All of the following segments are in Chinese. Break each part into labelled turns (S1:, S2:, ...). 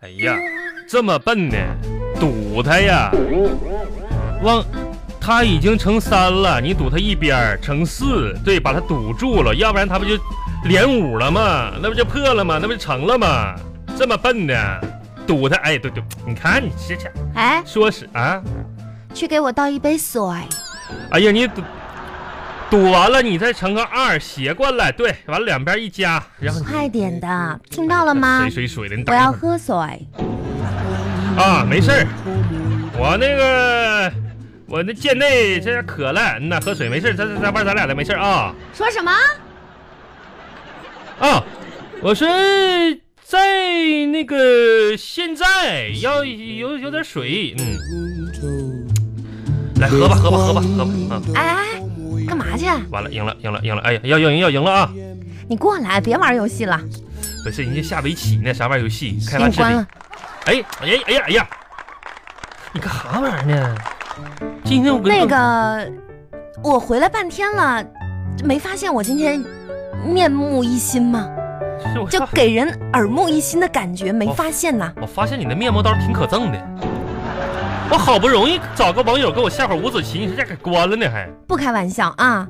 S1: 哎呀，这么笨呢，堵他呀！往，他已经成三了，你堵他一边儿，成四，对，把他堵住了，要不然他不就连五了吗？那不就破了吗？那不就成了吗？这么笨呢，堵他，哎，对对，你看你这家伙
S2: 哎，
S1: 说是啊，
S2: 去给我倒一杯水。
S1: 哎呀，你堵堵完了，你再乘个二，斜过来，对，完了两边一加，然后你
S2: 快点的，听到了吗
S1: 水？水水的，你
S2: 我
S1: 等一会
S2: 要
S1: 儿
S2: 喝水。
S1: 啊，没事儿，我那个我那贱内这渴了，嗯呐，喝水没事儿，咱咱咱玩咱俩的没事儿啊
S2: 说什么？
S1: 啊，我说在那个现在要有有点水，嗯，来喝吧喝吧喝吧喝吧啊，
S2: 哎，干嘛去？
S1: 完了赢了赢了赢了，哎呀要要赢要赢了啊！
S2: 你过来，别玩游戏了，
S1: 不是人家下围棋呢，啥玩意儿游戏？开
S2: 给
S1: 发
S2: 你
S1: 智
S2: 关
S1: 力
S2: 了。。
S1: 哎哎呀哎呀哎呀，你干啥玩意儿呢？今天我跟
S2: 那个，我回来半天了，没发现我今天面目一新吗？
S1: 是我
S2: 就
S1: 上
S2: 给人耳目一新的感觉，没
S1: 哦
S2: 发现呐？
S1: 我发现你的面膜倒是挺可憎的。我好不容易找个网友给我下会儿五子棋，你这给关了呢还？
S2: 不开玩笑啊！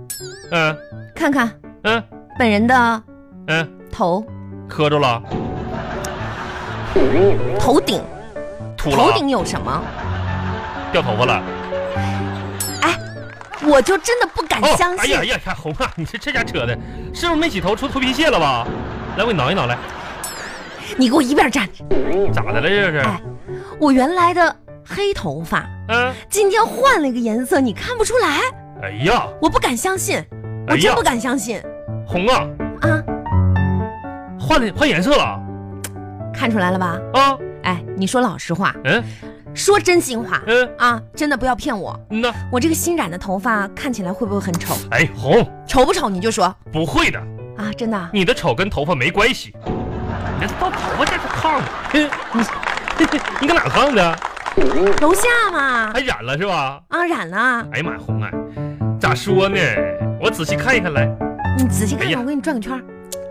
S1: 嗯
S2: 看看
S1: 嗯
S2: 本人的
S1: 嗯，
S2: 头
S1: 磕着了，
S2: 头顶，
S1: 秃
S2: 头
S1: 了，
S2: 顶哎有什么？
S1: 掉头发了。
S2: 我就真的不敢相
S1: 哎
S2: 信
S1: 呀哎。呀呀，红啊！你这这家扯的，是不是没洗头出头皮屑了吧？来，我给你挠一挠来，
S2: 你给我一边站！
S1: 咋的了这是？
S2: 哎我原来的黑头发，
S1: 嗯，
S2: 今天换了一个颜色，你看不出来？
S1: 哎呀，
S2: 我不敢相信，
S1: 哎
S2: 我真
S1: 呀
S2: 不，敢相信
S1: 红啊，
S2: 啊！
S1: 换了换颜色了
S2: 看出来了吧？
S1: 啊？
S2: 哎，你说老实话，
S1: 嗯
S2: 说真心话
S1: 嗯
S2: 啊！真的不要骗我，
S1: 嗯呐，
S2: 我这个新染的头发看起来会不会很丑？
S1: 哎红，
S2: 丑不丑你就说
S1: 不会的，
S2: 啊！真的啊，
S1: 你的丑跟头发没关系，你这到头发这是烫的，嘿你 你搁哪烫的？
S2: 楼下嘛
S1: 还染了是吧？
S2: 啊，染了，
S1: 哎呀妈呀，红啊！咋说呢？我仔细看一看来，
S2: 你仔细看
S1: 哎呀
S2: 看，我给你转个圈儿，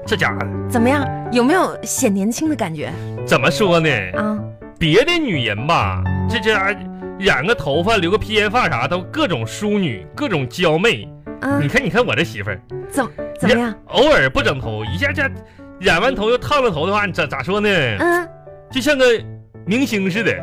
S1: 这家伙
S2: 怎么样？有没有显年轻的感觉
S1: 怎么说呢？
S2: 啊？
S1: 别的女人吧，这这啊染个头发、留个披肩发啥，都各种淑女，各种娇媚。
S2: 啊
S1: 你，看，你看我这媳妇儿，
S2: 怎怎么
S1: 染
S2: 样？？
S1: 偶尔不整头，一下这染完头又烫了头的话，你咋咋说呢？
S2: 嗯，
S1: 就像个明星似的，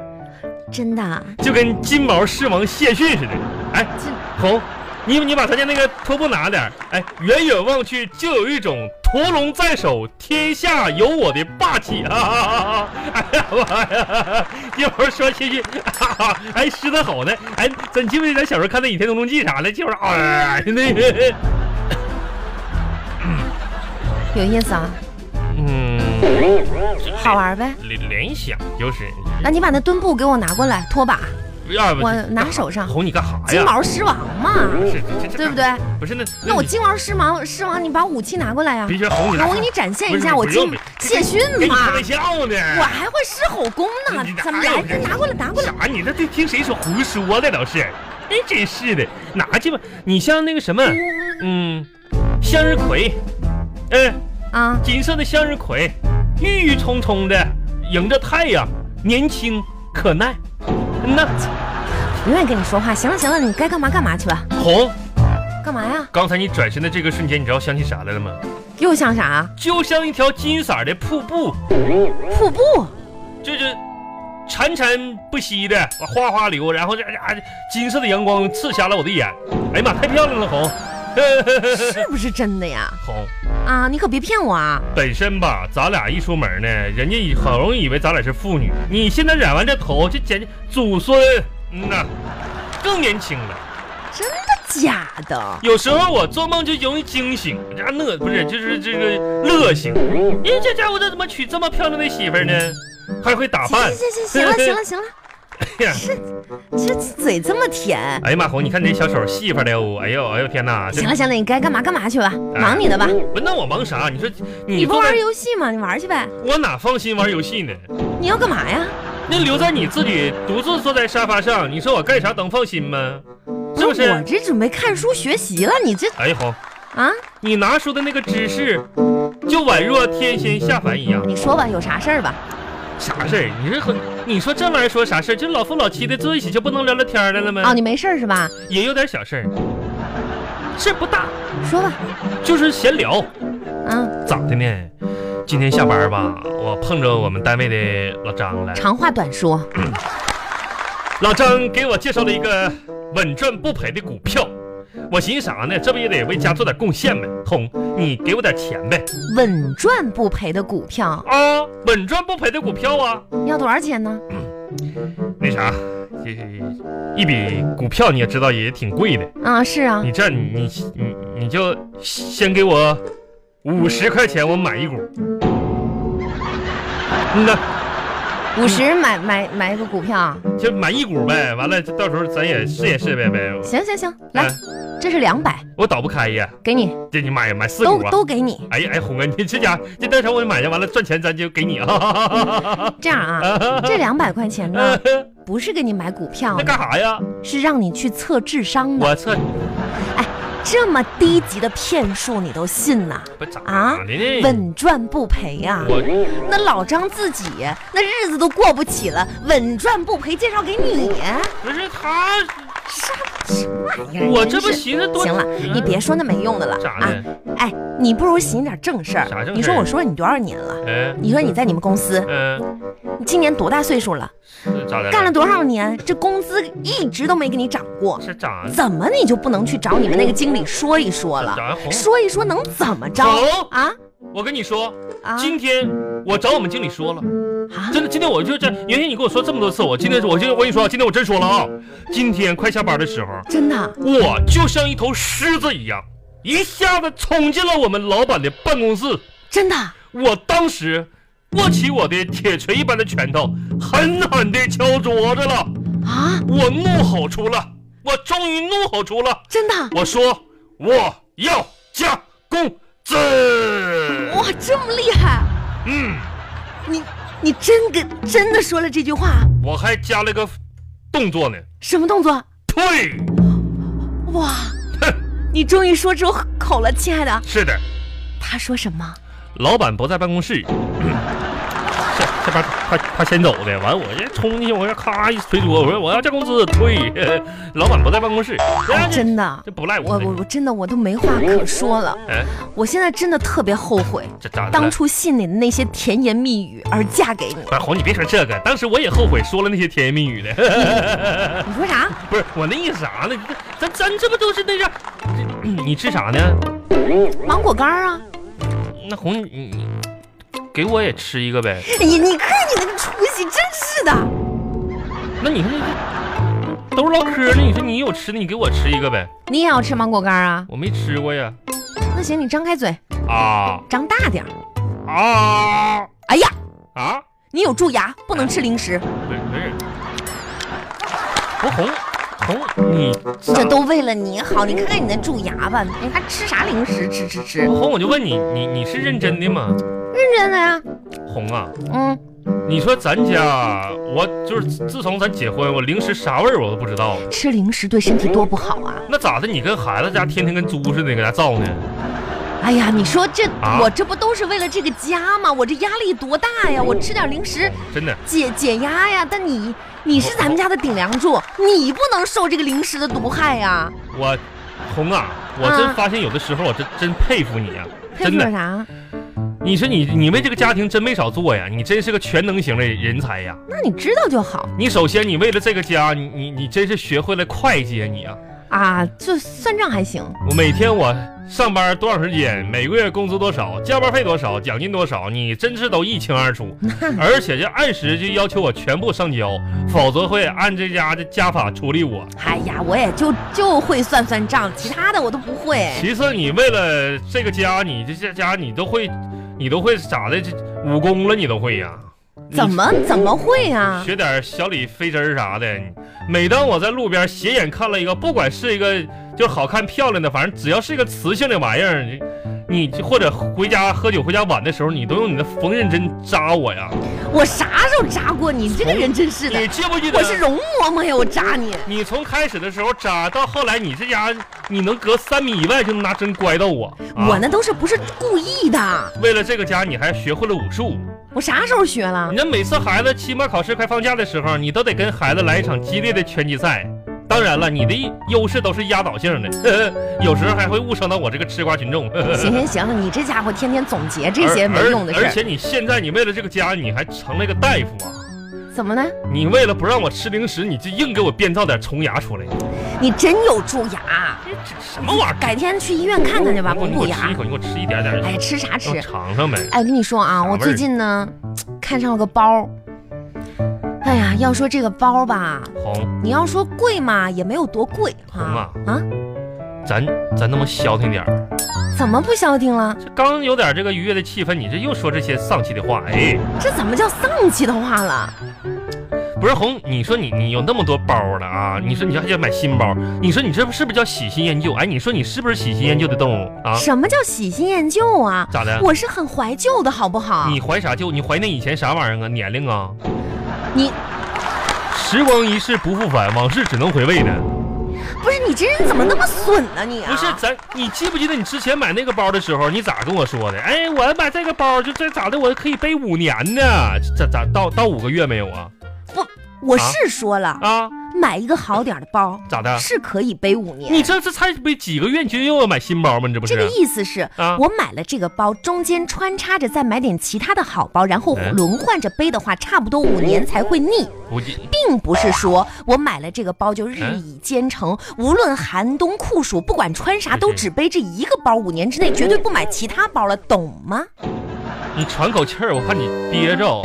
S2: 真的啊，
S1: 就跟金毛狮王谢逊似的。哎，
S2: 这
S1: 红，你你把他家那个拖布拿点儿，哎，远远望去就有一种屠龙在手，天下有我的霸气啊啊啊啊！哎呀妈哎呀！ 金毛说谢谢，哈哈，哎，狮子吼呢，哎，咱记不记得咱小时候看那《倚天屠龙记》啥的，就是啊，那个，
S2: 有意思啊，
S1: 嗯，
S2: 好玩呗。
S1: 联联想就是，
S2: 那你把那墩布给我拿过来，拖把，
S1: 要不
S2: 哎我拿手上。
S1: 红你干啥
S2: 金
S1: 哎呀？哎
S2: 毛狮王嘛，
S1: 是这这
S2: 对不对？
S1: 不是那
S2: 那我金毛狮王狮王，你把武器拿过来呀、啊
S1: 必须红你拿
S2: 那我给你展现一下我金谢逊
S1: 给你
S2: 嘛
S1: 开，玩笑呢，
S2: 我还会狮吼功呢
S1: 你。
S2: 咱们来，
S1: 哎呦
S2: 你拿过来，拿过来。
S1: 啥？你这这听谁说胡说的都是？哎，真是的，拿去吧。你像那个什么，嗯，向日葵，嗯、
S2: 啊，
S1: 金色的向日葵，郁郁葱葱的，迎着太阳，年轻可耐。嗯呐，
S2: 不愿意跟你说话。行了行了，你该干嘛干嘛去吧。
S1: 红，
S2: 干嘛呀？
S1: 刚才你转身的这个瞬间，你知道想起啥来了吗？
S2: 又像啥？
S1: 就像一条金色的瀑布，
S2: 瀑布
S1: 就是潺潺不息的哗哗流，然后这啊金色的阳光刺瞎了我的眼。哎呀妈，太漂亮了，红。
S2: 是不是真的呀？
S1: 红，
S2: 啊，你可别骗我啊！
S1: 本身吧，咱俩一出门呢，人家以好容易以为咱俩是父女。你现在染完这头，这简直祖孙，嗯呐，更年轻了。
S2: 真的假的？
S1: 有时候我做梦就容易惊醒，这那不是就是这个乐醒。咦，这家伙这怎么娶这么漂亮的媳妇儿呢？还会打
S2: 行
S1: 扮。
S2: 行行 行了行了行了，这嘴这么甜。
S1: 哎呀妈，红，你看你这小手细发溜，哎呦哎呦天哪！这
S2: 行了行了，你该干嘛干嘛去吧，
S1: 哎
S2: 忙你的吧。
S1: 不，那我忙啥？你说你
S2: 你不
S1: 坐在
S2: 玩游戏吗？你玩去呗。
S1: 我哪放心玩游戏呢？
S2: 你要干嘛呀？
S1: 那留在你自己独自坐在沙发上，你说我干啥能放心吗？是不
S2: 我
S1: 是？
S2: 这准备看书学习了，你这
S1: 哎呀红，
S2: 啊，
S1: 你拿出的那个知识，就宛若天仙下凡一样。
S2: 你说吧，有啥事儿吧？
S1: 啥事儿？你这很，你说这玩意儿说啥事儿？这老夫老妻的坐一起就不能聊聊天儿了吗？
S2: 啊，你没事儿是吧？
S1: 也有点小事儿，事儿不大，
S2: 说吧，
S1: 就是闲聊。
S2: 啊，
S1: 咋的呢？今天下班吧，我碰着我们单位的老张了。
S2: 长话短说。
S1: 老张给我介绍了一个稳赚不赔的股票，我寻思啥呢？这不也得为家做点贡献呗？红，你给我点钱呗？
S2: 稳赚不赔的股票
S1: 啊，稳赚不赔的股票啊，
S2: 要多少钱呢？
S1: 那啥，这一笔股票你也知道也挺贵的，
S2: 啊，是啊，
S1: 你这样你你你你就先给我五十块钱，我买一股。嗯呐，嗯
S2: 五十买买买一个股票啊，
S1: 就买一股
S2: 嗯
S1: 呗，完了到时候咱也试也试呗呗。
S2: 行行行，来
S1: 哎，
S2: 这是两百，
S1: 我倒不开呀，
S2: 给你，
S1: 这你妈呀，买四
S2: 都
S1: 股啊！
S2: 都给你。
S1: 哎呀哎，红哥，你这家伙这到时候我买下完了赚钱，咱就给你啊。
S2: 这样 啊，这两百块钱呢，不是给你买股票
S1: 嗯那
S2: 的，
S1: 干啥呀？
S2: 是让你去测智商的。
S1: 我操，
S2: 这么低级的骗术你都信呐？
S1: 不咋
S2: 啊
S1: 的呢？
S2: 稳赚不赔呀、
S1: 我
S2: 那老张自己那日子都过不起了，稳赚不赔介绍给你，哎
S1: 不是他，
S2: 啥什么玩意儿？
S1: 我这
S2: 真
S1: 不
S2: 哎是
S1: 寻思多呃嗯
S2: 行了，你别说那没用的了
S1: 咋
S2: 啊！
S1: 的？
S2: 哎，你不如寻点正事儿。
S1: 啥正
S2: 你
S1: 事
S2: 说
S1: 儿
S2: 我说你多少年了？
S1: 哎
S2: 你说你在你们公司，
S1: 嗯，
S2: 你今年多大岁数了？
S1: 是咋的？
S2: 干了多少年？这工资一直都没给你涨过，
S1: 是咋的？
S2: 怎么你就不能去找你们那个经理说一说了？
S1: 咋的？红
S2: 说一说能怎么着
S1: 红，
S2: 啊
S1: 我跟你说，
S2: 啊
S1: 今天我找我们经理说了。
S2: 啊！
S1: 真的，今天我就这，原先你跟我说这么多次，我今天是我今天我跟你说啊，今天我真说了啊，今天快下班的时候，
S2: 真的，
S1: 我就像一头狮子一样，一下子冲进了我们老板的办公室。
S2: 真的，
S1: 我当时握起我的铁锤一般的拳头，狠狠地敲桌子了。
S2: 啊，
S1: 我怒吼出了，我终于怒吼出了，
S2: 真的，
S1: 我说我要加工资。
S2: 哇，这么厉害！
S1: 嗯，
S2: 你你真跟真的说了这句话？
S1: 我还加了个动作呢，
S2: 什么动作？
S1: 退。
S2: 哇
S1: 哼，
S2: 你终于说出口了，亲爱的。
S1: 是的。
S2: 他说什么？
S1: 老板不在办公 室，下下班他他先走的，完我这冲进去，我这咔一捶桌，我说我要加工资，退。 老板不在办公室，
S2: 哎真的，
S1: 这不赖我
S2: 我我我真的我都没话可说了。
S1: 哎，
S2: 我现在真的特别后悔，
S1: 这咋的
S2: 当
S1: 了？
S2: 初信你的那些甜言蜜语而嫁给你。
S1: 哎，红，你别说这个，当时我也后悔说了那些甜言蜜语的。
S2: 你说啥？
S1: 不是我那意思啥呢？咱咱这不都是那啥？这你吃啥呢？
S2: 芒果干儿啊？
S1: 那红，你你给我也吃一个呗。
S2: 你哎你看你那个出息，真是的。
S1: 那你看这都是唠嗑呢，你说你有吃的，你给我吃一个呗。
S2: 你也要吃芒果干儿啊？
S1: 我没吃过呀。
S2: 那行，你张开嘴，
S1: 啊
S2: 张大点儿。
S1: 啊！
S2: 哎呀，
S1: 啊，
S2: 你有蛀牙，不能吃零食。
S1: 不是不是，不红红，你
S2: 这都为了你好，你看看你那蛀牙吧，你还吃啥零食？吃吃吃，
S1: 不红，我就问你，你你是认真的吗？
S2: 认真的呀。
S1: 红啊，
S2: 嗯，
S1: 你说咱家，我就是自从咱结婚，我零食啥味儿我都不知道。
S2: 吃零食对身体多不好啊！
S1: 那咋的？你跟孩子家天天跟猪似的搁家造呢？
S2: 哎呀，你说这、
S1: 啊
S2: 我这不都是为了这个家吗？我这压力多大呀！我吃点零食
S1: 真的，
S2: 解解压呀。但你你是咱们家的顶梁柱，你不能受这个零食的毒害呀！
S1: 我红啊，我真
S2: 啊
S1: 发现有的时候我真真佩服你啊，
S2: 佩服
S1: 真的。
S2: 啥？
S1: 你说你你为这个家庭真没少做呀，你真是个全能型的人才呀。
S2: 那你知道就好
S1: 你首先你为了这个家，你你你真是学会了会计啊你啊。
S2: 啊，就算账还行。
S1: 我每天我上班多长时间，每个月工资多少，加班费多少，奖金多少，你真是都一清二楚。而且这按时就要求我全部上交，否则会按这家的家法处理我。
S2: 哎呀，我也就就会算算账，其他的我都不会。
S1: 其次，你为了这个家，你这这家你都会，你都会咋的？这武功了你都会呀？你
S2: 怎么怎么会啊？
S1: 学点小李飞针儿啥的？每当我在路边斜眼看了一个，不管是一个就是好看漂亮的，反正只要是一个雌性的玩意儿，你你或者回家喝酒回家晚的时候，你都用你的缝纫针扎我呀？
S2: 我啥时候扎过你？你这个人真是的
S1: 你，啊记不记得？
S2: 我是容嬷嬷呀，我扎你。
S1: 你从开始的时候扎到后来，你这家你能隔三米以外就能拿针拐到我。啊
S2: 我那都是不是故意的？
S1: 为了这个家，你还学会了武术。
S2: 我啥时候学了
S1: 你？这每次孩子期末考试快放假的时候，你都得跟孩子来一场激烈的拳击赛。当然了，你的优势都是压倒性的，有时候还会误伤到我这个吃瓜群众。
S2: 行行行了，你这家伙天天总结这些没用的
S1: 而。
S2: 事
S1: 而且你现在你为了这个家，你还成了个大夫啊！
S2: 儿，怎么呢？
S1: 你为了不让我吃零食，你就硬给我编造点虫牙出来。
S2: 你真有蛀牙，
S1: 这这什么玩意儿？
S2: 改天去医院看看去吧，
S1: 你给我
S2: 补
S1: 你给我
S2: 补
S1: 吃
S2: 牙
S1: 一。口，你给我吃一点点，
S2: 哎，吃啥吃
S1: 让我？尝尝呗。
S2: 哎，跟你说
S1: 哦
S2: 啊，
S1: 啥味儿
S2: 我最近呢，看上了个包。哎呀，要说这个包吧，
S1: 红，
S2: 你要说贵嘛，也没有多贵
S1: 红啊
S2: 啊，
S1: 咱咱能不能消停点儿？
S2: 怎么不消停了？
S1: 这刚有点这个愉悦的气氛，你这又说这些丧气的话，哎。
S2: 这怎么叫丧气的话了？
S1: 不是红，你说你你有那么多包了啊？你说你还想买新包？你说你这不是不是叫喜新厌旧？哎，你说你是不是喜新厌旧的动物啊？
S2: 什么叫喜新厌旧啊？
S1: 咋的？
S2: 我是很怀旧的，好不好？
S1: 你怀啥旧？你怀念以前啥玩意儿啊？年龄啊？
S2: 你
S1: 时光一逝不复返，往事只能回味呢。
S2: 不是你这人怎么那么损呢、你、啊、
S1: 不是咱，你记不记得你之前买那个包的时候，你咋跟我说的？哎，我要买这个包，就这咋的，我可以背五年呢？咋咋到到五个月没有啊？
S2: 我是说了，
S1: 啊，
S2: 买一个好点儿的包
S1: 咋的？
S2: 是可以背五
S1: 你
S2: 年。
S1: 这这才没几个月，你就又要买新包吗？你这不是
S2: 这个意思是、
S1: 啊？
S2: 我买了这个包，中间穿插着再买点其他的好包，然后
S1: 哎
S2: 轮换着背的话，差不多五年才会腻，
S1: 不记。
S2: 并不是说我买了这个包就日
S1: 啊哎嗯
S2: 以兼程，无论寒冬酷暑，不管穿啥都
S1: 是
S2: 只背这一个包，五年之内绝对不买其他包了，懂吗？
S1: 你喘口气儿，我怕你憋着。